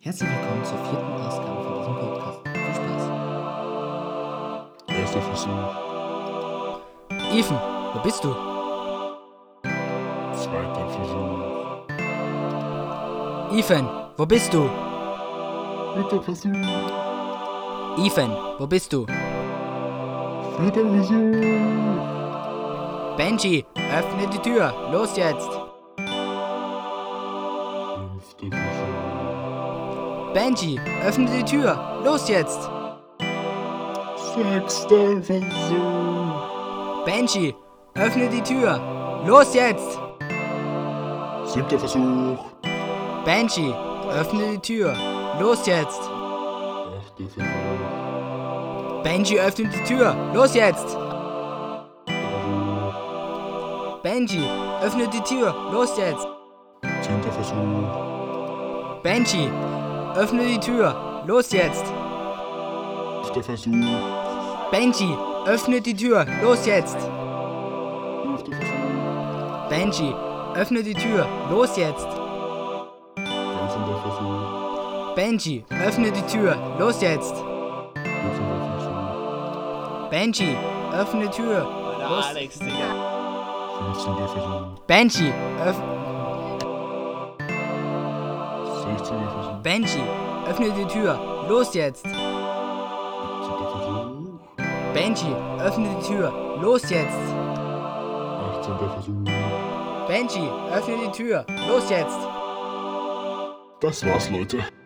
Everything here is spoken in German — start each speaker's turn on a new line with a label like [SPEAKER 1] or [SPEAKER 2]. [SPEAKER 1] Herzlich willkommen zur vierten Ausgabe von diesem Podcast. Viel Spaß.
[SPEAKER 2] Erster Versuch,
[SPEAKER 1] Ethan, wo bist du?
[SPEAKER 2] zweiter Versuch,
[SPEAKER 1] Ethan, wo bist du?
[SPEAKER 2] dritter Versuch,
[SPEAKER 1] Ethan, wo bist du?
[SPEAKER 2] vierter Versuch,
[SPEAKER 1] Benji, öffne die Tür. Los jetzt.
[SPEAKER 2] fünfter Versuch,
[SPEAKER 1] Benji, öffne die Tür. Los jetzt.
[SPEAKER 2] sechster Versuch,
[SPEAKER 1] Benji, öffne die Tür. Los jetzt.
[SPEAKER 2] siebter Versuch,
[SPEAKER 1] Benji, öffne die Tür. Los jetzt.
[SPEAKER 2] achter Versuch,
[SPEAKER 1] Benji, öffne die Tür. Los jetzt. Benji, öffne die Tür. Los jetzt.
[SPEAKER 2] zehnter Versuch,
[SPEAKER 1] Benji, öffne die Tür. Los jetzt.
[SPEAKER 2] elfter Versuch,
[SPEAKER 1] Benji, öffne die Tür. Los jetzt.
[SPEAKER 2] elfter Versuch,
[SPEAKER 1] Benji, öffne die Tür. Los jetzt.
[SPEAKER 2] dreizehnter Versuch,
[SPEAKER 1] Benji, öffne die Tür. Los jetzt.
[SPEAKER 2] vierzehnter Versuch,
[SPEAKER 1] Benji, öffne die Tür.
[SPEAKER 2] fünfzehnter Versuch,
[SPEAKER 1] Benji, öff
[SPEAKER 2] sechzehnter Versuch,
[SPEAKER 1] Benji, öffne die Tür. Los jetzt.
[SPEAKER 2] siebter Versuch,
[SPEAKER 1] Benji, öffne die Tür. Los jetzt.
[SPEAKER 2] achtzehnter Versuch.
[SPEAKER 1] Benji, öffne die Tür. Los jetzt.
[SPEAKER 2] Das war's, Leute.